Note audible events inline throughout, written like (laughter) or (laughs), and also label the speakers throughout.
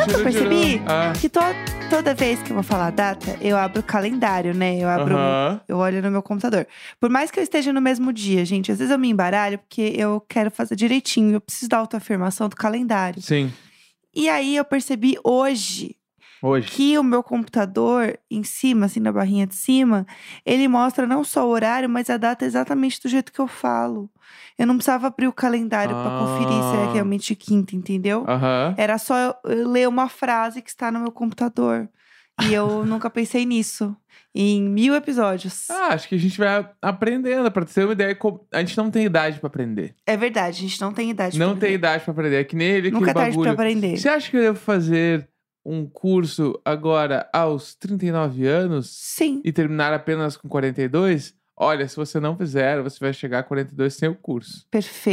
Speaker 1: é que eu percebi?
Speaker 2: Ah.
Speaker 1: Que to- toda vez que eu vou falar data, eu abro o calendário, né? Eu abro.
Speaker 2: Aham.
Speaker 1: Eu olho no meu computador. Por mais que eu esteja no mesmo dia, gente, às vezes eu me embaralho porque eu quero fazer direitinho. Eu preciso da autoafirmação do calendário.
Speaker 2: Sim,
Speaker 1: E aí eu percebi hoje
Speaker 2: hoje.
Speaker 1: que o meu computador, em cima, assim, na barrinha de cima, ele mostra não só o horário, mas a data exatamente do jeito que eu falo. Eu não precisava abrir o calendário pra conferir se
Speaker 2: Ah.
Speaker 1: é realmente quinta, entendeu?
Speaker 2: Aham.
Speaker 1: Era só eu- eu ler uma frase que está no meu computador. E
Speaker 2: (laughs)
Speaker 1: eu nunca pensei nisso. Em mil episódios.
Speaker 2: Ah, acho que a gente vai aprendendo. Pra ter uma ideia, co- a gente não tem idade pra aprender.
Speaker 1: É verdade, a gente não tem idade.
Speaker 2: não
Speaker 1: pra
Speaker 2: tem
Speaker 1: aprender.
Speaker 2: idade pra aprender. É que nem ele,
Speaker 1: Nunca é
Speaker 2: aquele
Speaker 1: tarde pra
Speaker 2: bagulho.
Speaker 1: aprender.
Speaker 2: Você acha que eu devo fazer um curso agora aos 39 anos
Speaker 1: Sim.
Speaker 2: e terminar apenas com 42? Olha, se você não fizer, você vai chegar a 42 sem o curso.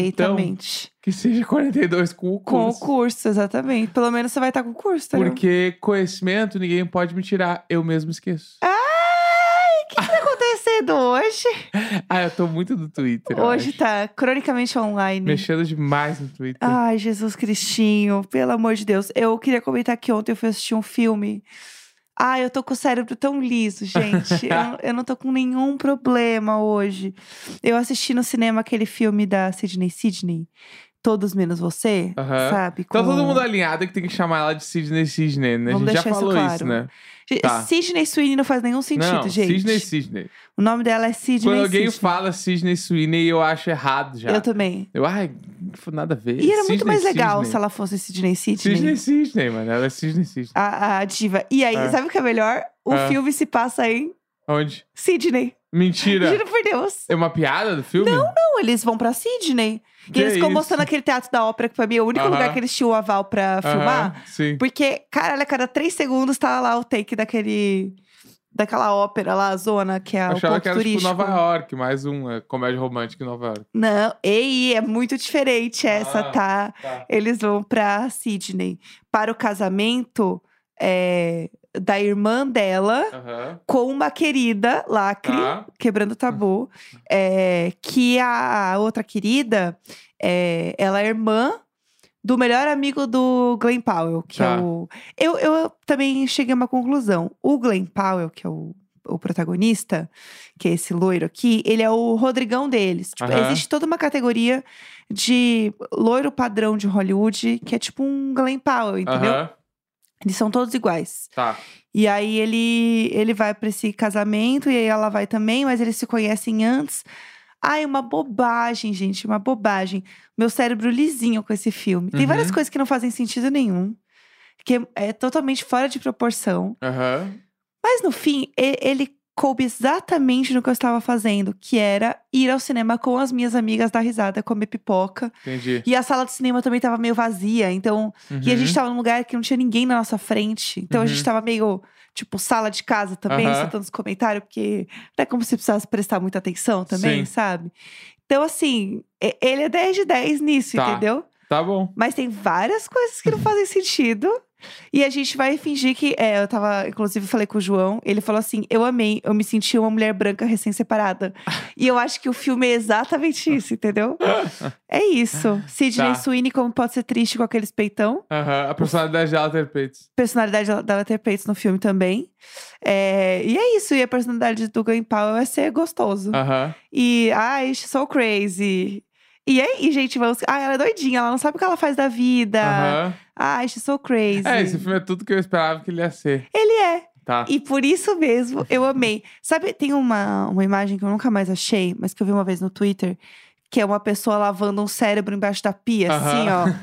Speaker 1: Perfeitamente.
Speaker 2: Que seja 42 com o
Speaker 1: com
Speaker 2: curso.
Speaker 1: o curso, exatamente. Pelo menos você vai estar com o curso, tá ligado?
Speaker 2: Porque conhecimento ninguém pode me tirar, eu mesmo esqueço.
Speaker 1: É. Ai, o que, que tá acontecendo hoje?
Speaker 2: Ah, eu tô muito do Twitter. eu
Speaker 1: Hoje
Speaker 2: acho.
Speaker 1: tá cronicamente online.
Speaker 2: Mexendo demais no Twitter.
Speaker 1: Ai, Jesus Cristinho, pelo amor de Deus. Eu queria comentar que ontem eu fui assistir um filme. Ai, eu tô com o cérebro tão
Speaker 2: (laughs)
Speaker 1: liso, gente. eu, eu não tô com nenhum problema hoje. Eu assisti no cinema aquele filme da Sidney Sidney, Todos Menos Você,
Speaker 2: Aham.
Speaker 1: sabe?
Speaker 2: Tá
Speaker 1: Com-
Speaker 2: todo mundo alinhado que tem que chamar ela de Sidney Sidney, né?
Speaker 1: Vamos
Speaker 2: a gente já
Speaker 1: deixar isso
Speaker 2: falou
Speaker 1: claro.
Speaker 2: né?
Speaker 1: Gente,
Speaker 2: tá.
Speaker 1: Sidney Sweeney não faz nenhum sentido,
Speaker 2: não,
Speaker 1: gente.
Speaker 2: Sidney Sidney.
Speaker 1: O nome dela é Sidney
Speaker 2: Quando alguém
Speaker 1: Sidney.
Speaker 2: fala Sidney Sweeney, eu acho errado já.
Speaker 1: Eu também.
Speaker 2: Eu, ai, não foi nada a ver.
Speaker 1: E era muito
Speaker 2: Sidney,
Speaker 1: mais legal
Speaker 2: Sidney.
Speaker 1: se ela fosse Sidney Sidney.
Speaker 2: Sidney Sidney, mano. Ela é Sidney Sidney.
Speaker 1: A, a diva. E aí,
Speaker 2: É.
Speaker 1: sabe o que é melhor? O
Speaker 2: É.
Speaker 1: filme se passa em
Speaker 2: Onde?
Speaker 1: Sidney.
Speaker 2: Mentira.
Speaker 1: Juro por Deus.
Speaker 2: É uma piada do filme? Não, não.
Speaker 1: Não, eles vão pra Sidney. E
Speaker 2: Que
Speaker 1: eles ficam
Speaker 2: isso?
Speaker 1: mostrando aquele teatro da ópera, que pra mim é o único
Speaker 2: Aham.
Speaker 1: lugar que eles tinham o aval pra filmar.
Speaker 2: Sim.
Speaker 1: Porque, caralho, a cada três segundos tá lá o take daquele. Daquela ópera lá, a zona, que é o
Speaker 2: Achava
Speaker 1: ponto
Speaker 2: que era tipo
Speaker 1: turístico.
Speaker 2: Nova York, mais uma comédia romântica em Nova York.
Speaker 1: Não, ei, é muito diferente essa,
Speaker 2: Ah.
Speaker 1: tá?
Speaker 2: Tá.
Speaker 1: Eles vão pra Sidney. Para o casamento é, da irmã dela
Speaker 2: Aham.
Speaker 1: com uma querida, lacre.
Speaker 2: Tá.
Speaker 1: quebrando o tabu, é, que a outra querida, é, ela é irmã do melhor amigo do Glenn Powell, que
Speaker 2: Tá.
Speaker 1: é o. Eu, eu também cheguei a uma conclusão. O Glenn Powell, que é o, o protagonista, que é esse loiro aqui, ele é o Rodrigão deles. Tipo,
Speaker 2: Aham.
Speaker 1: existe toda uma categoria de loiro padrão de Hollywood, que é tipo um Glenn Powell, entendeu?
Speaker 2: Aham.
Speaker 1: Eles são todos iguais.
Speaker 2: Tá.
Speaker 1: E aí ele, ele vai pra esse casamento e aí ela vai também, mas eles se conhecem antes. Ai, uma bobagem, gente, uma bobagem. Meu cérebro lisinho com esse filme. Tem várias
Speaker 2: Uhum.
Speaker 1: coisas que não fazem sentido nenhum, que é- é totalmente fora de proporção.
Speaker 2: Aham.
Speaker 1: Mas no fim, e- ele coube exatamente no que eu estava fazendo, que era ir ao cinema com as minhas amigas dar risada, comer pipoca.
Speaker 2: Entendi.
Speaker 1: E a sala de cinema também tava meio vazia, então e a gente
Speaker 2: Uhum.
Speaker 1: tava num lugar que não tinha ninguém na nossa frente. Então a gente
Speaker 2: Uhum.
Speaker 1: tava meio, tipo, sala de casa também,
Speaker 2: Aham.
Speaker 1: soltando os comentários, porque não é como se precisasse prestar muita atenção também,
Speaker 2: Sim.
Speaker 1: sabe? Então, assim, e- ele é 10 de 10 nisso,
Speaker 2: Tá.
Speaker 1: entendeu?
Speaker 2: Tá bom.
Speaker 1: Mas tem várias coisas que não fazem sentido. E a gente vai fingir que. É, eu tava, inclusive, falei com o João, ele falou assim: eu amei, eu me senti uma mulher branca recém-separada. e eu acho que o filme é exatamente isso,
Speaker 2: (laughs)
Speaker 1: entendeu? é isso.
Speaker 2: Tá.
Speaker 1: Sidney Sweeney, como pode ser triste com aqueles peitão
Speaker 2: Aham. A personalidade de Alter Peitos.
Speaker 1: personalidade da- da Walter Pates no filme também. É, e é isso. E a personalidade do Glenn Powell é ser gostoso.
Speaker 2: Aham.
Speaker 1: E, ai, she's so crazy. E aí, gente, vamos... Ah, ela é doidinha. Ela não sabe o que ela faz da vida.
Speaker 2: Aham.
Speaker 1: Ai, she's so crazy.
Speaker 2: É, esse filme é tudo que eu esperava que ele ia ser.
Speaker 1: Ele é.
Speaker 2: Tá.
Speaker 1: E por isso mesmo, eu amei. Sabe, tem uma, uma imagem que eu nunca mais achei, mas que eu vi uma vez no Twitter. Que é uma pessoa lavando um cérebro embaixo da pia,
Speaker 2: Aham.
Speaker 1: assim,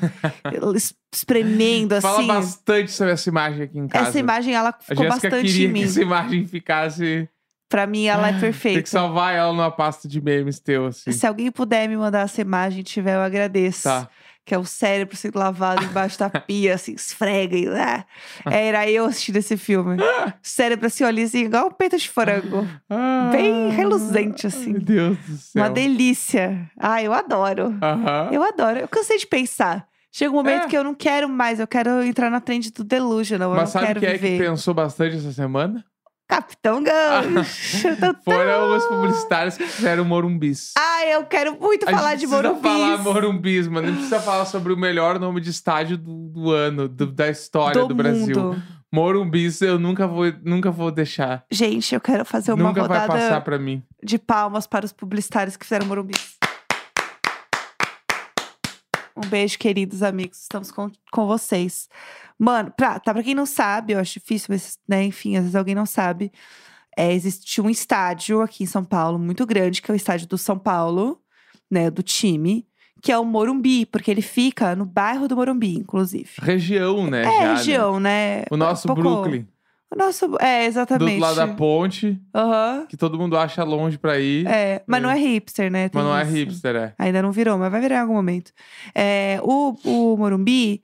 Speaker 2: (laughs)
Speaker 1: ó. es- Espremendo,
Speaker 2: Fala
Speaker 1: assim.
Speaker 2: bastante sobre essa imagem aqui em casa.
Speaker 1: Essa imagem, ela
Speaker 2: a
Speaker 1: ficou
Speaker 2: Jéssica
Speaker 1: bastante
Speaker 2: queria
Speaker 1: em mim.
Speaker 2: que essa imagem ficasse.
Speaker 1: Pra mim, ela
Speaker 2: (laughs)
Speaker 1: é
Speaker 2: Tem que
Speaker 1: perfeita.
Speaker 2: salvar ela numa pasta de memes teu, assim.
Speaker 1: Se alguém puder me mandar essa imagem, tiver, eu agradeço.
Speaker 2: Tá.
Speaker 1: Que é o cérebro sendo lavado
Speaker 2: (laughs)
Speaker 1: embaixo da pia, assim, esfrega e. Ah. Era eu assistindo
Speaker 2: (laughs)
Speaker 1: esse filme. cérebro assim, olha, assim, igual um peito de frango.
Speaker 2: Ah,
Speaker 1: Bem reluzente, assim.
Speaker 2: Meu Deus do céu.
Speaker 1: Uma delícia. Ah, eu adoro.
Speaker 2: Aham.
Speaker 1: Eu adoro. Eu cansei de pensar. Chega um momento
Speaker 2: É.
Speaker 1: que eu não quero mais, eu quero entrar na trend do delusional, eu
Speaker 2: Mas
Speaker 1: não
Speaker 2: sabe
Speaker 1: quero
Speaker 2: quem é que
Speaker 1: viver.
Speaker 2: pensou bastante essa semana? (laughs)
Speaker 1: Capitão
Speaker 2: Ah.
Speaker 1: Gancho. Tô tão-
Speaker 2: Foram os publicitários que fizeram morumbis.
Speaker 1: Ai, eu quero muito
Speaker 2: A
Speaker 1: Ah, falar
Speaker 2: gente
Speaker 1: de
Speaker 2: precisa
Speaker 1: Morumbi.
Speaker 2: falar morumbis, mano. A gente precisa falar sobre o melhor nome de estádio do, do ano, do- da história do,
Speaker 1: do
Speaker 2: Brasil.
Speaker 1: mundo.
Speaker 2: Morumbis eu nunca vou, nunca vou deixar.
Speaker 1: Gente, eu quero fazer é uma
Speaker 2: nunca vai
Speaker 1: rodada
Speaker 2: passar pra mim.
Speaker 1: de palmas para os publicitários que fizeram Morumbi. Um beijo, queridos amigos. Estamos com, com vocês. Mano, pra, tá, pra quem não sabe, eu acho difícil, mas, né, enfim, às vezes alguém não sabe. É, existe um estádio aqui em São Paulo, muito grande, que é o estádio do São Paulo, né, do time, que é o Morumbi, porque ele fica no bairro do Morumbi, inclusive.
Speaker 2: Região, né?
Speaker 1: É,
Speaker 2: já, né?
Speaker 1: região, né?
Speaker 2: O nosso
Speaker 1: Pouco-
Speaker 2: Brooklyn,
Speaker 1: O nosso. É, exatamente.
Speaker 2: do lado da ponte,
Speaker 1: Aham.
Speaker 2: que todo mundo acha longe pra ir,
Speaker 1: É, mas não é
Speaker 2: É.
Speaker 1: hipster, né?
Speaker 2: mas
Speaker 1: Tem
Speaker 2: não é
Speaker 1: isso.
Speaker 2: hipster, é.
Speaker 1: Ainda não virou, mas vai virar em algum momento. É, o, o Morumbi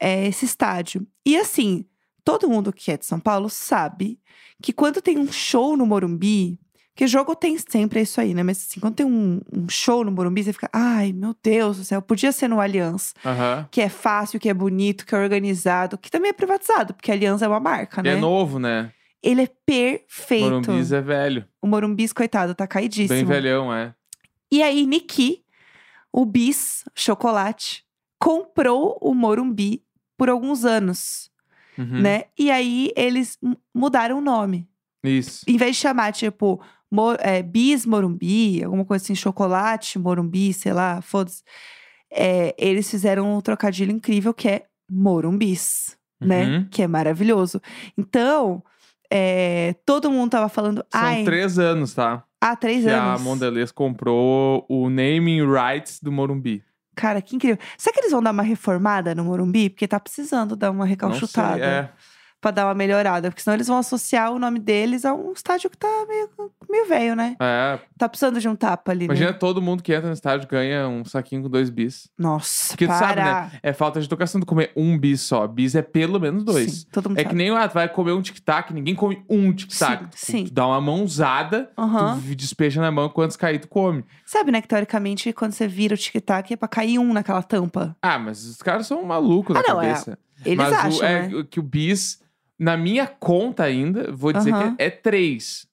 Speaker 1: é esse estádio. E assim, todo mundo que é de São Paulo sabe que quando tem um show no Morumbi, porque jogo tem sempre isso aí, né? Mas assim, quando tem um, um show no Morumbi, você fica, ai, meu Deus do céu, podia ser no Allianz,
Speaker 2: Aham.
Speaker 1: que é fácil, que é bonito, que é organizado, que também é privatizado, porque Allianz é uma marca,
Speaker 2: E
Speaker 1: né?
Speaker 2: é novo, né?
Speaker 1: Ele é perfeito.
Speaker 2: Morumbis é velho.
Speaker 1: O Morumbi, coitado, tá caidíssimo.
Speaker 2: Bem velhão, é.
Speaker 1: E aí, Niki, o Bis Chocolate, comprou o Morumbi por alguns anos,
Speaker 2: Uhum.
Speaker 1: né? E aí eles m- mudaram o nome.
Speaker 2: Isso.
Speaker 1: Em vez de chamar, tipo, Mo- é, Bis Morumbi, alguma coisa assim, chocolate Morumbi, sei lá, foda-se. É, eles fizeram um trocadilho incrível que é Morumbis né?
Speaker 2: Uhum.
Speaker 1: Que é maravilhoso. Então, é, todo mundo tava falando,
Speaker 2: São
Speaker 1: ai,
Speaker 2: três anos, tá?
Speaker 1: há três
Speaker 2: que
Speaker 1: anos.
Speaker 2: a Mondelez comprou o naming rights do Morumbi.
Speaker 1: Cara, que incrível. Será que eles vão dar uma reformada no Morumbi? Porque tá precisando dar uma
Speaker 2: Não
Speaker 1: recalchutada
Speaker 2: sei, é.
Speaker 1: pra dar uma melhorada. Porque senão eles vão associar o nome deles a um estádio que tá meio, meio velho, né?
Speaker 2: É,
Speaker 1: Tá precisando de um tapa ali, né?
Speaker 2: imagina todo mundo que entra no estádio ganha um saquinho com dois bis.
Speaker 1: Nossa,
Speaker 2: Porque tu
Speaker 1: para.
Speaker 2: sabe, né? É falta de educação tu comer um bis só. Bis é pelo menos dois.
Speaker 1: Sim, todo mundo
Speaker 2: É
Speaker 1: sabe.
Speaker 2: que nem ah, tu vai comer um tic-tac, ninguém come um tic-tac.
Speaker 1: Sim,
Speaker 2: Tu-
Speaker 1: sim.
Speaker 2: Tu dá uma mãozada,
Speaker 1: Aham.
Speaker 2: tu vi- despeja na mão, quantos cair tu come.
Speaker 1: Sabe, né, que teoricamente quando você vira o tic-tac é pra cair um naquela tampa.
Speaker 2: Ah, mas os caras são malucos
Speaker 1: Ah,
Speaker 2: na
Speaker 1: não, é-
Speaker 2: cabeça.
Speaker 1: Eles
Speaker 2: mas
Speaker 1: acham,
Speaker 2: o, é
Speaker 1: né?
Speaker 2: que o bis, na minha conta ainda, vou dizer
Speaker 1: Aham.
Speaker 2: que é, é três.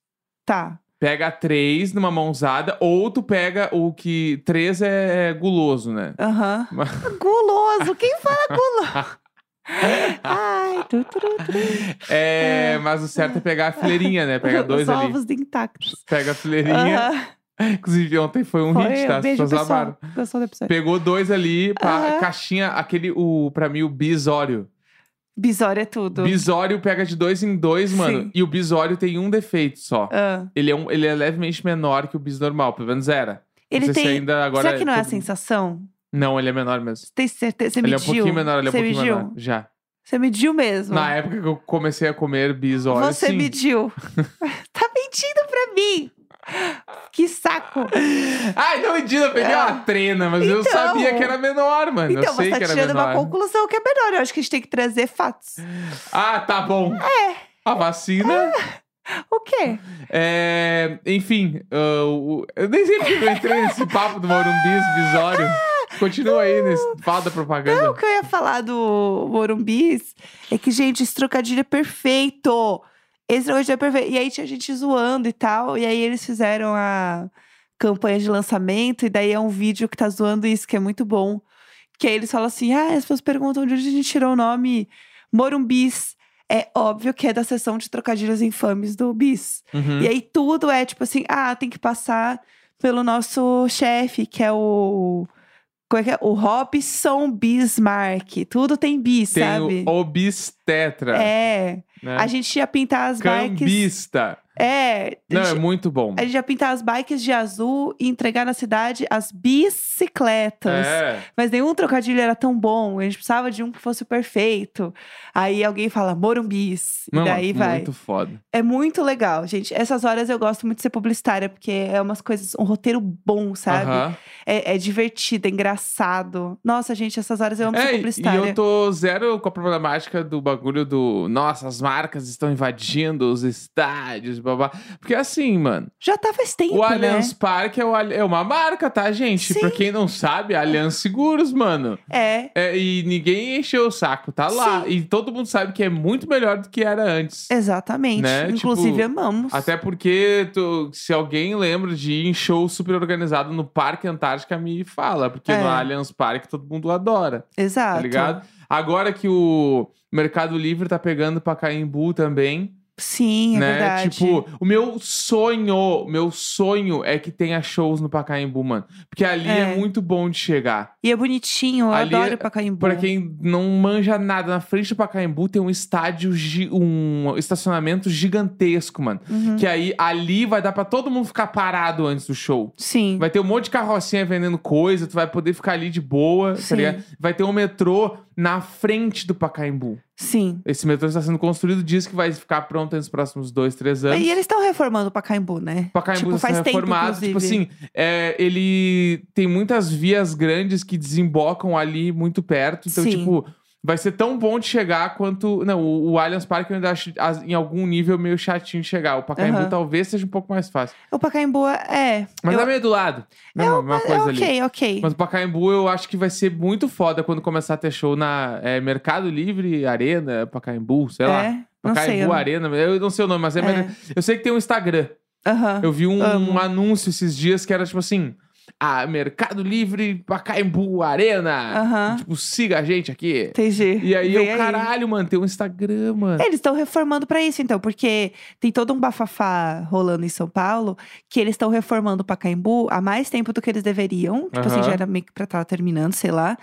Speaker 1: Tá.
Speaker 2: Pega três numa mãozada, ou tu pega o que. Três é, é guloso, né?
Speaker 1: Aham.
Speaker 2: Mas-
Speaker 1: (laughs) Guloso. Quem fala
Speaker 2: (laughs)
Speaker 1: guloso? Ai, tu, tu, tu, tu.
Speaker 2: É, mas o certo é pegar a fileirinha, né? Pegar dois
Speaker 1: (laughs) Os
Speaker 2: ali.
Speaker 1: ovos intactos.
Speaker 2: Pega a fileirinha.
Speaker 1: Aham.
Speaker 2: Inclusive, ontem foi um
Speaker 1: Foi,
Speaker 2: hit, tá? As
Speaker 1: beijo,
Speaker 2: pessoas
Speaker 1: pessoal.
Speaker 2: amaram.
Speaker 1: Pessoal do episódio.
Speaker 2: Pegou dois ali, pá,
Speaker 1: Aham.
Speaker 2: caixinha, aquele, o, pra mim, o bisório.
Speaker 1: Bisório é tudo.
Speaker 2: Bisório pega de dois em dois, mano.
Speaker 1: Sim.
Speaker 2: E o bisório tem um defeito só.
Speaker 1: Ah,
Speaker 2: Ele é, um, ele é levemente menor que o bis normal, pelo menos era.
Speaker 1: ele
Speaker 2: não sei se
Speaker 1: tem.
Speaker 2: ainda agora.
Speaker 1: Será que não é a
Speaker 2: todo-
Speaker 1: sensação?
Speaker 2: Não, ele é menor mesmo.
Speaker 1: Você tem certeza? Você
Speaker 2: ele
Speaker 1: mediu?
Speaker 2: é um pouquinho menor, ele é um
Speaker 1: Você
Speaker 2: pouquinho
Speaker 1: mediu?
Speaker 2: menor. Já.
Speaker 1: Você mediu mesmo?
Speaker 2: Na época que eu comecei a comer bisório,
Speaker 1: Você
Speaker 2: sim. (laughs)
Speaker 1: mediu. tá mentindo pra mim. Que saco.
Speaker 2: Ah, então mentira, eu peguei uma trena, mas eu
Speaker 1: Então.
Speaker 2: sabia que era menor, mano.
Speaker 1: então,
Speaker 2: eu sei
Speaker 1: você tá
Speaker 2: que era
Speaker 1: tirando
Speaker 2: menor.
Speaker 1: uma conclusão que é menor. Eu acho que a gente tem que trazer fatos.
Speaker 2: Ah, tá bom. É. A vacina.
Speaker 1: Ah. O quê?
Speaker 2: É, enfim, ah, o- eu nem sei porque eu entrei nesse papo do Morumbis visório.
Speaker 1: Ah,
Speaker 2: Continua aí nesse fala da propaganda.
Speaker 1: O que eu ia falar do Morumbis é que, gente, esse trocadilho é perfeito. Esse trocadilho é perfeito. E aí tinha gente zoando e tal. E aí eles fizeram a campanha de lançamento. E daí é um vídeo que tá zoando isso, que é muito bom. Que aí eles falam assim: ah, as pessoas perguntam de onde a gente tirou o nome Morumbis. É óbvio que é da sessão de trocadilhos infames do Bis.
Speaker 2: Uhum.
Speaker 1: E aí tudo é tipo assim, ah, tem que passar pelo nosso chefe, que é o. Como é que é? O Robson Bismarck. Tudo tem bis,
Speaker 2: Tem
Speaker 1: sabe?
Speaker 2: o obstetra.
Speaker 1: É.
Speaker 2: né?
Speaker 1: A gente ia pintar as bikes.
Speaker 2: Cambista.
Speaker 1: É. a
Speaker 2: Não, é
Speaker 1: gente-
Speaker 2: muito bom.
Speaker 1: A gente ia pintar as bikes de azul e entregar na cidade as bicicletas.
Speaker 2: É.
Speaker 1: Mas nenhum trocadilho era tão bom. A gente precisava de um que fosse o perfeito. Aí alguém fala, Morumbis.
Speaker 2: Não,
Speaker 1: e daí vai.
Speaker 2: Muito foda.
Speaker 1: É muito legal, gente. Essas horas eu gosto muito de ser publicitária, porque é umas coisas, um roteiro bom, sabe?
Speaker 2: Aham.
Speaker 1: É, é divertido, é engraçado. Nossa, gente, essas horas eu amo ser
Speaker 2: É, e- e
Speaker 1: publicitária.
Speaker 2: eu tô zero com a problemática do bagulho do. Nossa, as marcas estão invadindo os estádios. babá. Porque assim, mano,
Speaker 1: Já tá faz tempo,
Speaker 2: o
Speaker 1: né?
Speaker 2: Allianz Parque é, o al- é uma marca, tá, gente?
Speaker 1: Sim.
Speaker 2: Pra quem não sabe, Allianz Seguros, mano.
Speaker 1: É,
Speaker 2: É, e ninguém encheu o saco, tá lá. E todo mundo sabe que é muito melhor do que era antes.
Speaker 1: É, exatamente.
Speaker 2: Né? Tipo,
Speaker 1: Inclusive, amamos.
Speaker 2: Até porque tu- se alguém lembra de ir em show super organizado no Parque Antártica, me fala. Porque
Speaker 1: É.
Speaker 2: no Allianz Parque todo mundo adora,
Speaker 1: Exato.
Speaker 2: tá ligado? Agora que o Mercado Livre tá pegando Pacaembu também,
Speaker 1: Sim, é
Speaker 2: né?
Speaker 1: verdade.
Speaker 2: Tipo, o meu sonho, meu sonho é que tenha shows no Pacaembu, mano. Porque ali é,
Speaker 1: É.
Speaker 2: muito bom de chegar.
Speaker 1: E é bonitinho, eu
Speaker 2: ali
Speaker 1: adoro
Speaker 2: é-
Speaker 1: o Pacaembu.
Speaker 2: Pra quem não manja nada, na frente do Pacaembu tem um estádio, gi- um estacionamento gigantesco, mano.
Speaker 1: Uhum.
Speaker 2: Que aí ali vai dar pra todo mundo ficar parado antes do show.
Speaker 1: Sim.
Speaker 2: Vai ter um monte de carrocinha vendendo coisa, tu vai poder ficar ali de boa, tá
Speaker 1: Sim.
Speaker 2: ligado? Vai ter um metrô na frente do Pacaembu.
Speaker 1: Sim.
Speaker 2: Esse metrô está sendo construído, diz que vai ficar pronto nos próximos dois, três anos.
Speaker 1: E eles estão reformando o Pacaembu, né?
Speaker 2: O Pacaembu
Speaker 1: tipo,
Speaker 2: está
Speaker 1: faz
Speaker 2: sendo
Speaker 1: tempo,
Speaker 2: reformado. tipo
Speaker 1: inclusive.
Speaker 2: assim, é, ele tem muitas vias grandes que desembocam ali muito perto. Então,
Speaker 1: Sim.
Speaker 2: tipo, vai ser tão bom de chegar quanto. Não, o, o Allianz Parque eu ainda acho as- em algum nível meio chatinho de chegar. O Pacaembu
Speaker 1: Aham.
Speaker 2: talvez seja um pouco mais fácil.
Speaker 1: O Pacaembu é...
Speaker 2: Mas
Speaker 1: eu...
Speaker 2: tá meio do lado. Não, é uma,
Speaker 1: mas-
Speaker 2: coisa
Speaker 1: é
Speaker 2: ali.
Speaker 1: ok, ok.
Speaker 2: Mas o Pacaembu eu acho que vai ser muito foda quando começar a ter show na é, Mercado Livre, Arena, Pacaembu, sei lá.
Speaker 1: é, não
Speaker 2: Pacaembu,
Speaker 1: sei. eu não-
Speaker 2: Arena, eu não sei o nome, mas é,
Speaker 1: É.
Speaker 2: Mercado- eu sei que tem um Instagram.
Speaker 1: Aham.
Speaker 2: Eu vi um,
Speaker 1: Amo.
Speaker 2: anúncio esses dias que era tipo assim: ah, Mercado Livre, Pacaembu, Arena.
Speaker 1: Aham.
Speaker 2: Tipo, siga a gente aqui.
Speaker 1: Entendi.
Speaker 2: E aí eu,
Speaker 1: Vem
Speaker 2: caralho, mano, tem um Instagram, mano.
Speaker 1: Eles estão reformando pra isso, então, porque tem todo um bafafá rolando em São Paulo que eles estão reformando o Pacaembu há mais tempo do que eles deveriam. Tipo assim,
Speaker 2: Aham.
Speaker 1: já era meio que pra estar terminando, sei lá.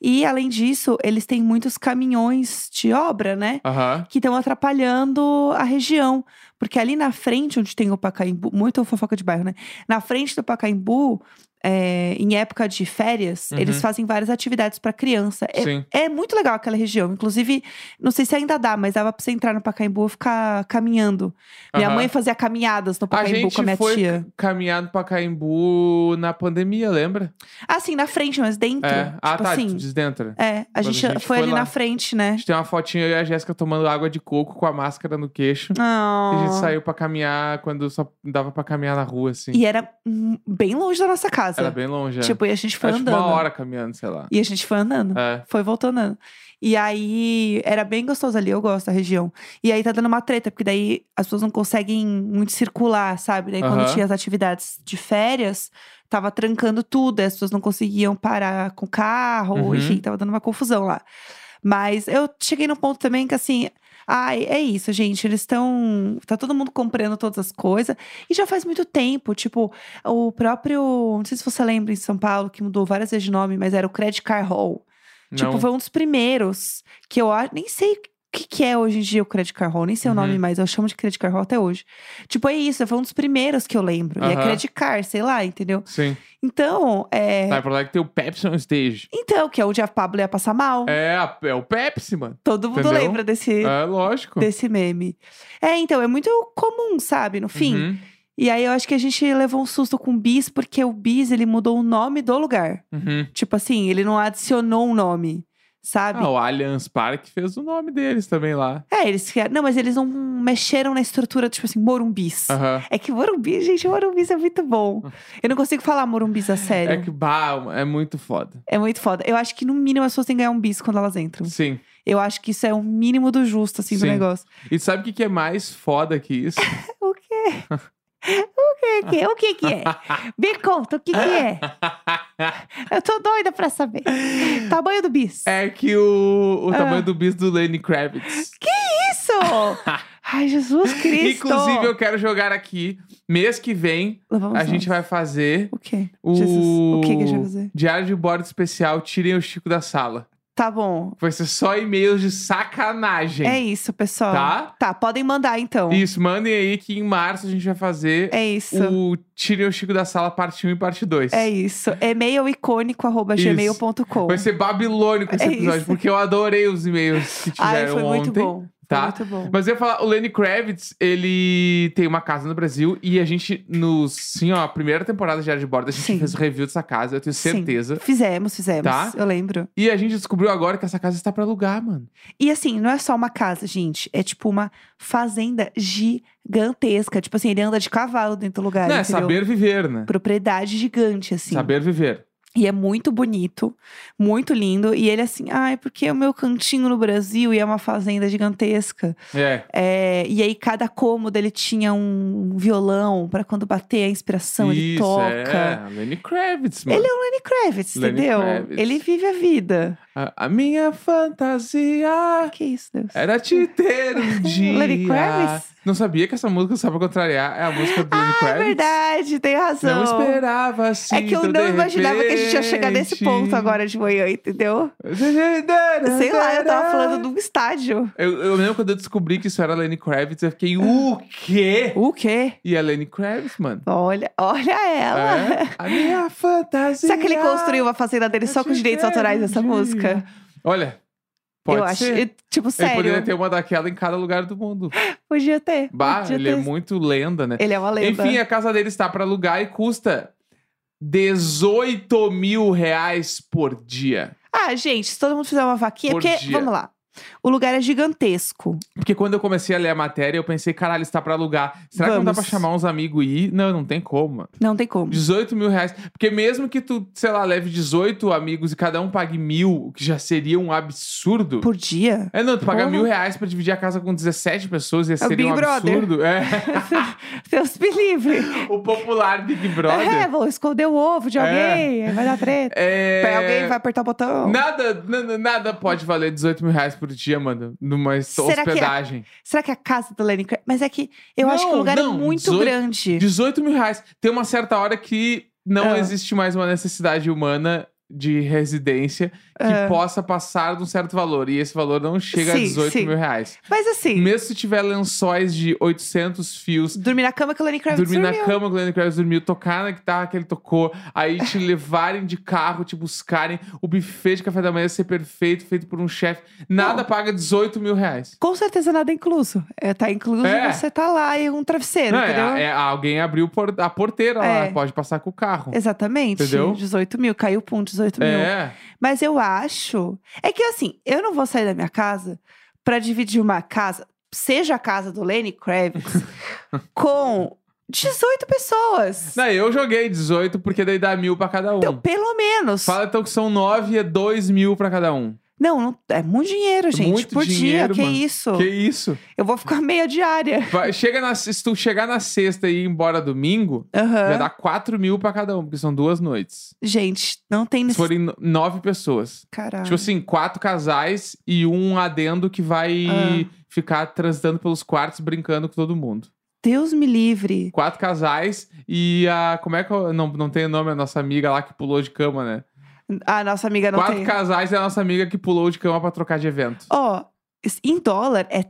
Speaker 1: E além disso, eles têm muitos caminhões de obra, né?
Speaker 2: Aham.
Speaker 1: Que estão atrapalhando a região. Porque ali na frente, onde tem o Pacaembu, muito fofoca de bairro, né? Na frente do Pacaembu, é, em época de férias,
Speaker 2: Uhum.
Speaker 1: eles fazem várias atividades pra criança. É-
Speaker 2: Sim.
Speaker 1: é muito legal aquela região. Inclusive, não sei se ainda dá, mas dava pra você entrar no Pacaembu e ficar caminhando. Minha
Speaker 2: Aham.
Speaker 1: mãe fazia caminhadas no
Speaker 2: A
Speaker 1: Pacaembu
Speaker 2: gente
Speaker 1: com a minha
Speaker 2: foi
Speaker 1: tia.
Speaker 2: caminhar no Pacaembu na pandemia, lembra?
Speaker 1: Assim, na frente, mas dentro.
Speaker 2: É. Ah,
Speaker 1: tipo
Speaker 2: tá, tu
Speaker 1: assim.
Speaker 2: diz dentro.
Speaker 1: É, a
Speaker 2: Mas
Speaker 1: gente, foi, ali
Speaker 2: lá.
Speaker 1: na frente,
Speaker 2: A
Speaker 1: né?
Speaker 2: gente tem uma fotinha eu e a Jéssica tomando água de coco com a máscara no queixo.
Speaker 1: Não.
Speaker 2: E a gente saiu pra caminhar quando só dava pra caminhar na rua, assim.
Speaker 1: E era hum, bem longe da nossa casa.
Speaker 2: Era bem longe. é.
Speaker 1: Tipo, e a gente foi
Speaker 2: Era, tipo
Speaker 1: andando.
Speaker 2: uma hora caminhando, sei lá.
Speaker 1: E a gente foi andando.
Speaker 2: É.
Speaker 1: Foi voltando. E aí, era bem gostoso ali, eu gosto da região. E aí tá dando uma treta, porque daí as pessoas não conseguem muito circular, sabe? Daí quando
Speaker 2: Aham.
Speaker 1: tinha as atividades de férias, tava trancando tudo, aí as pessoas não conseguiam parar com o carro,
Speaker 2: Uhum.
Speaker 1: enfim, tava dando uma confusão lá. Mas eu cheguei num ponto também que assim. Ai, é isso, gente. Eles estão. Tá todo mundo comprando todas as coisas. E já faz muito tempo. Tipo, o próprio. Não sei se você lembra em São Paulo, que mudou várias vezes de nome, mas era o Credit Card Hall. Tipo,
Speaker 2: Não.
Speaker 1: foi um dos primeiros que eu acho. Nem sei o que, que é hoje em dia o Credit Card Hall, nem sei o nome,
Speaker 2: Uhum.
Speaker 1: mas eu chamo de Credit Card Hall até hoje. Tipo, é isso, foi um dos primeiros que eu lembro. E é
Speaker 2: Aham.
Speaker 1: Credit Card, sei lá, entendeu?
Speaker 2: Sim.
Speaker 1: Então, é.
Speaker 2: Sai pra lá que tem o Pepsi on stage.
Speaker 1: Então, que é onde a Pablo ia passar mal.
Speaker 2: É, a- é o Pepsi, mano.
Speaker 1: Todo mundo
Speaker 2: Entendeu?
Speaker 1: lembra desse,
Speaker 2: É, lógico.
Speaker 1: desse meme. É, então, é muito comum, sabe? No fim.
Speaker 2: Uhum,
Speaker 1: E aí eu acho que a gente levou um susto com o Bis, porque o Bis, ele mudou o nome do lugar.
Speaker 2: uhum.
Speaker 1: Tipo assim, ele não adicionou um nome, sabe?
Speaker 2: Ah, o Allianz Park fez o nome deles também lá.
Speaker 1: É, eles criaram. Não, mas eles não mexeram na estrutura, tipo assim, morumbis.
Speaker 2: Aham.
Speaker 1: É que morumbi, gente, morumbis é muito bom. Eu não consigo falar morumbis a sério.
Speaker 2: Ah. É
Speaker 1: É,
Speaker 2: que, bah, é muito foda.
Speaker 1: muito foda. Eu acho que no mínimo as pessoas têm que ganhar um bis quando elas entram.
Speaker 2: Sim.
Speaker 1: Eu acho que isso é o mínimo do justo, assim, do
Speaker 2: Sim.
Speaker 1: negócio.
Speaker 2: E sabe o que, que é mais foda que
Speaker 1: (laughs)
Speaker 2: isso?
Speaker 1: O quê? O que que é? O que
Speaker 2: (laughs)
Speaker 1: que é? Me conta, o que que é? Eu tô doida pra saber. Tamanho do bis.
Speaker 2: é que o, o
Speaker 1: Ah.
Speaker 2: tamanho do bis do Lenny Kravitz.
Speaker 1: Isso! Ai, Jesus Cristo!
Speaker 2: Inclusive, eu quero jogar aqui. Mês que vem,
Speaker 1: Vamos
Speaker 2: a
Speaker 1: lá.
Speaker 2: gente vai fazer
Speaker 1: O quê?
Speaker 2: o.
Speaker 1: Jesus, o que que a gente vai fazer?
Speaker 2: Diário de bordo especial, tirem o Chico da sala.
Speaker 1: Tá bom.
Speaker 2: Vai ser só e-mails de sacanagem.
Speaker 1: É isso, pessoal.
Speaker 2: Tá?
Speaker 1: podem mandar então.
Speaker 2: Isso, mandem aí que em março a gente vai fazer
Speaker 1: É isso.
Speaker 2: o Tirem o Chico da Sala, parte 1 e parte 2.
Speaker 1: É isso. E-mail
Speaker 2: Isso.
Speaker 1: icônico@gmail.com.
Speaker 2: Vai ser babilônico esse
Speaker 1: É
Speaker 2: episódio,
Speaker 1: isso.
Speaker 2: porque eu adorei os e-mails que tiveram
Speaker 1: (laughs) Ai, foi
Speaker 2: né? ontem.
Speaker 1: muito bom.
Speaker 2: Tá?
Speaker 1: Muito bom.
Speaker 2: Mas eu ia falar, o Lenny Kravitz, ele tem uma casa no Brasil e a gente, no, sim, ó, a primeira temporada de Área de Bordo, a gente
Speaker 1: Sim.
Speaker 2: fez o review dessa casa, eu tenho
Speaker 1: Sim.
Speaker 2: certeza.
Speaker 1: Fizemos, fizemos.
Speaker 2: uh, Tá?
Speaker 1: Eu lembro.
Speaker 2: E a gente descobriu agora que essa casa está pra alugar, mano.
Speaker 1: E assim, não é só uma casa, gente. É tipo uma fazenda gigantesca. Tipo assim, ele anda de cavalo dentro do lugar,
Speaker 2: Não, é
Speaker 1: entendeu?
Speaker 2: saber viver, né?
Speaker 1: Propriedade gigante, assim.
Speaker 2: Saber viver.
Speaker 1: E é muito bonito, muito lindo. E ele assim, ai, porque é o meu cantinho no Brasil e é uma fazenda gigantesca.
Speaker 2: É.
Speaker 1: É, e aí cada cômodo ele tinha um violão pra quando bater a inspiração, ele
Speaker 2: Isso,
Speaker 1: toca.
Speaker 2: é. Lenny Kravitz, mano.
Speaker 1: Ele é o Lenny Kravitz,
Speaker 2: Lenny
Speaker 1: entendeu?
Speaker 2: Kravitz.
Speaker 1: Ele vive a vida.
Speaker 2: A, a minha fantasia
Speaker 1: Que isso, Deus. É
Speaker 2: era te ter um dia.
Speaker 1: (laughs) Lenny Kravitz?
Speaker 2: Não sabia que essa música, só pra contrariar, é a música do Lenny
Speaker 1: É
Speaker 2: Kravitz.
Speaker 1: verdade, tem
Speaker 2: Não
Speaker 1: razão.
Speaker 2: esperava assim.
Speaker 1: É que eu
Speaker 2: tão
Speaker 1: não
Speaker 2: de
Speaker 1: imaginava que a gente ia chegar nesse
Speaker 2: repente.
Speaker 1: ponto agora de manhã, entendeu? Sei lá, eu tava falando de um estádio.
Speaker 2: Eu, eu lembro quando eu descobri que isso era Lenny Kravitz, eu fiquei, o quê?
Speaker 1: O quê?
Speaker 2: E é Lenny Kravitz, mano.
Speaker 1: Olha, olha ela.
Speaker 2: É, ah, a minha fantasia.
Speaker 1: Será que ele construiu a fazenda dele só com os direitos autorais dessa música?
Speaker 2: Olha, pode
Speaker 1: eu
Speaker 2: ser.
Speaker 1: acho. eu- Tipo,
Speaker 2: Ele poderia
Speaker 1: sério.
Speaker 2: ter uma daquela em cada lugar do mundo.
Speaker 1: Podia ter.
Speaker 2: Bah,
Speaker 1: podia
Speaker 2: ele é
Speaker 1: ter.
Speaker 2: muito lenda, né?
Speaker 1: Ele é uma lenda.
Speaker 2: Enfim, a casa dele está para alugar e custa 18 mil reais por dia.
Speaker 1: Ah, gente, se todo mundo fizer uma vaquinha,
Speaker 2: Por
Speaker 1: porque,
Speaker 2: dia.
Speaker 1: vamos lá. O lugar é gigantesco.
Speaker 2: Porque quando eu comecei a ler a matéria, eu pensei, caralho, está para alugar. Será que não dá pra
Speaker 1: Vamos.
Speaker 2: chamar uns amigos e ir? Não, não tem como.
Speaker 1: Não tem como.
Speaker 2: 18 mil reais. Porque mesmo que tu, sei lá, leve 18 amigos e cada um pague mil, o que já seria um absurdo. (laughs)
Speaker 1: Por dia?
Speaker 2: É, não, tu pagar
Speaker 1: Porra. É
Speaker 2: mil reais pra dividir a casa com 17 pessoas ia
Speaker 1: o
Speaker 2: seria
Speaker 1: Big
Speaker 2: um
Speaker 1: Brother.
Speaker 2: absurdo. É.
Speaker 1: (laughs) Deus me livre.
Speaker 2: o popular Big
Speaker 1: É, (laughs)
Speaker 2: Brother.
Speaker 1: vou esconder o ovo de
Speaker 2: É.
Speaker 1: alguém. aí Vai dar treta.
Speaker 2: É.
Speaker 1: Aí Alguém vai apertar o botão.
Speaker 2: Nada, nada, nada pode valer 18 mil reais por dia, mano, numa est-
Speaker 1: Será que é-
Speaker 2: hospedagem.
Speaker 1: Será que é a casa do Lenny Kravitz? Mas é que eu acho que o
Speaker 2: Não,
Speaker 1: lugar
Speaker 2: não,
Speaker 1: é muito
Speaker 2: 18
Speaker 1: grande.
Speaker 2: 18 mil reais. Tem uma certa hora que não
Speaker 1: Ah.
Speaker 2: existe mais uma necessidade humana de residência que possa passar de um certo valor. E esse valor não chega a
Speaker 1: Ah. Sim,
Speaker 2: 18
Speaker 1: sim.
Speaker 2: mil reais.
Speaker 1: Mas assim,
Speaker 2: Mesmo se tiver lençóis de 800 fios,
Speaker 1: dormir na cama que o Lenny Kravitz
Speaker 2: dormir na
Speaker 1: dormiu.
Speaker 2: cama que o Lenny Kravitz dormiu, tocar na guitarra que ele tocou, aí te (laughs) levarem de carro, te buscarem, o buffet de café da manhã ser perfeito, feito por um chefe, nada
Speaker 1: Não.
Speaker 2: paga 18 mil reais.
Speaker 1: Com certeza nada é incluso. É, tá incluso
Speaker 2: É.
Speaker 1: você tá lá e um travesseiro,
Speaker 2: Não, é-
Speaker 1: entendeu?
Speaker 2: é- alguém abriu por- a porteira
Speaker 1: É.
Speaker 2: lá, pode passar com o carro.
Speaker 1: Exatamente.
Speaker 2: Entendeu?
Speaker 1: 18 mil, caiu o ponto, 18 mil.
Speaker 2: É,
Speaker 1: Mas eu acho. É que assim, eu não vou sair da minha casa pra dividir uma casa, seja a casa do
Speaker 2: (laughs)
Speaker 1: Lenny Kravitz, com 18 pessoas.
Speaker 2: Não, é eu joguei 18 porque daí dá mil pra cada um.
Speaker 1: Então, pelo menos.
Speaker 2: Fala então que são 9 e é 2 mil pra cada um.
Speaker 1: Não, não- é muito dinheiro, gente.
Speaker 2: Muito
Speaker 1: por
Speaker 2: dinheiro,
Speaker 1: dia,
Speaker 2: mano.
Speaker 1: que isso?
Speaker 2: Que isso?
Speaker 1: Eu vou ficar meia diária.
Speaker 2: Vai- chega na, se tu chegar na sexta e ir embora domingo, já
Speaker 1: Aham.
Speaker 2: dá 4 mil pra cada um, porque são duas noites.
Speaker 1: Gente, não tem
Speaker 2: Se
Speaker 1: nesse.
Speaker 2: forem no- nove pessoas.
Speaker 1: Caralho.
Speaker 2: Tipo assim, quatro casais e um adendo que vai
Speaker 1: Ah.
Speaker 2: ficar transitando pelos quartos brincando com todo mundo.
Speaker 1: Deus me livre.
Speaker 2: Quatro casais e a. Como é que. Eu, não, não tem nome a nossa amiga lá que pulou de cama, né?
Speaker 1: A nossa amiga não
Speaker 2: Quatro
Speaker 1: tem.
Speaker 2: casais e a nossa amiga que pulou de cama pra trocar de evento.
Speaker 1: Ó, s- em dólar é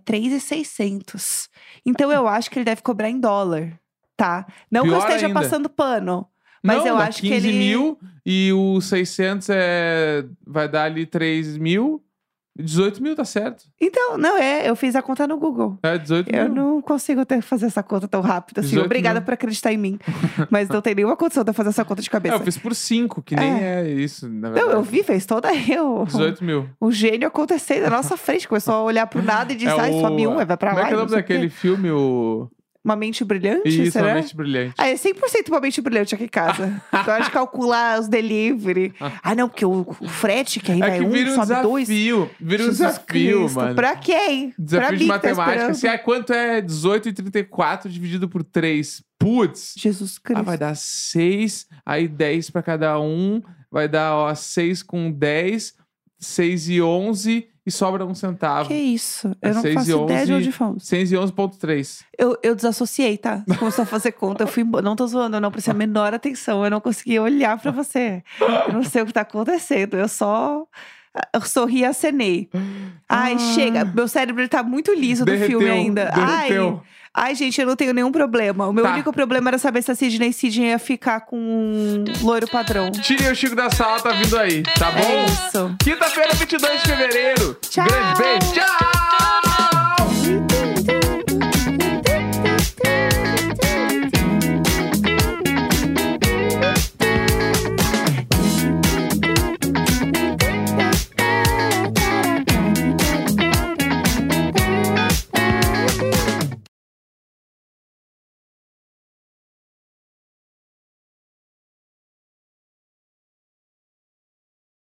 Speaker 1: 3,600. Então eu acho que ele deve cobrar em dólar, tá? Não que eu
Speaker 2: Pior
Speaker 1: esteja
Speaker 2: ainda.
Speaker 1: passando pano. mas
Speaker 2: não,
Speaker 1: eu
Speaker 2: dá
Speaker 1: acho que
Speaker 2: 15
Speaker 1: ele-
Speaker 2: mil e o 600 é. Vai dar ali 3 mil. 18 mil tá certo.
Speaker 1: Então, não é, eu fiz a conta no Google.
Speaker 2: É, 18
Speaker 1: Eu
Speaker 2: mil.
Speaker 1: não consigo ter, fazer essa conta tão rápido assim.
Speaker 2: 18
Speaker 1: Obrigada
Speaker 2: mil.
Speaker 1: por acreditar em mim. Mas não tem nenhuma condição de eu fazer essa conta de
Speaker 2: É,
Speaker 1: cabeça.
Speaker 2: eu fiz por 5, que nem é, isso, na verdade.
Speaker 1: Não, eu vi, fez toda (laughs) eu.
Speaker 2: 18 mil.
Speaker 1: O gênio acontecendo na nossa frente. Começou a olhar pro nada e disse,
Speaker 2: É
Speaker 1: ai,
Speaker 2: o-
Speaker 1: sobe um, é, vai pra
Speaker 2: Como
Speaker 1: lá.
Speaker 2: é que é
Speaker 1: e
Speaker 2: o
Speaker 1: não
Speaker 2: nome
Speaker 1: sei o quê."
Speaker 2: daquele filme, o...
Speaker 1: Uma mente brilhante,
Speaker 2: Isso,
Speaker 1: será?
Speaker 2: A Mente Brilhante.
Speaker 1: Ah, é 100% uma mente brilhante aqui em
Speaker 2: (laughs)
Speaker 1: casa. então, acho que calcular os delivery. Ah, não, porque o, o frete, que aí
Speaker 2: É
Speaker 1: vai
Speaker 2: que
Speaker 1: um,
Speaker 2: vira um
Speaker 1: sobe dois.
Speaker 2: desafio. Vira um
Speaker 1: Jesus
Speaker 2: desafio,
Speaker 1: Cristo,
Speaker 2: mano.
Speaker 1: Pra quem?
Speaker 2: Desafio
Speaker 1: pra mim
Speaker 2: de
Speaker 1: que tá
Speaker 2: matemática.
Speaker 1: esperando.
Speaker 2: assim, ah, quanto é 18 e 34 dividido por 3? Putz!
Speaker 1: Jesus Cristo.
Speaker 2: Ah, vai dar 6, aí 10 pra cada um. Vai dar, ó, 6 com 10, 6 e 11 e sobra um centavo.
Speaker 1: Que isso?
Speaker 2: É
Speaker 1: Eu não
Speaker 2: seis
Speaker 1: faço
Speaker 2: e
Speaker 1: ideia de
Speaker 2: onze.
Speaker 1: onde fomos.
Speaker 2: 6 e 11.3.
Speaker 1: Eu, eu desassociei,
Speaker 2: (laughs)
Speaker 1: tá? Você Começou a fazer conta. Eu fui embora. Não tô zoando, eu não prestei a menor atenção. Eu não consegui olhar pra você. Eu não sei o que tá acontecendo. Eu só eu sorri e acenei. Ai,
Speaker 2: Ah.
Speaker 1: chega. Meu cérebro tá muito liso do filme ainda. Ai.
Speaker 2: Derreteu.
Speaker 1: Ai, gente, eu não tenho nenhum problema. O meu
Speaker 2: Tá.
Speaker 1: único problema era saber se a Sidney Sidney ia ficar com um loiro padrão.
Speaker 2: Tirem o Chico da sala, tá vindo aí, tá bom?
Speaker 1: É isso.
Speaker 2: Quinta-feira, 22 de fevereiro.
Speaker 1: Tchau.
Speaker 2: Grande beijo. Tchau!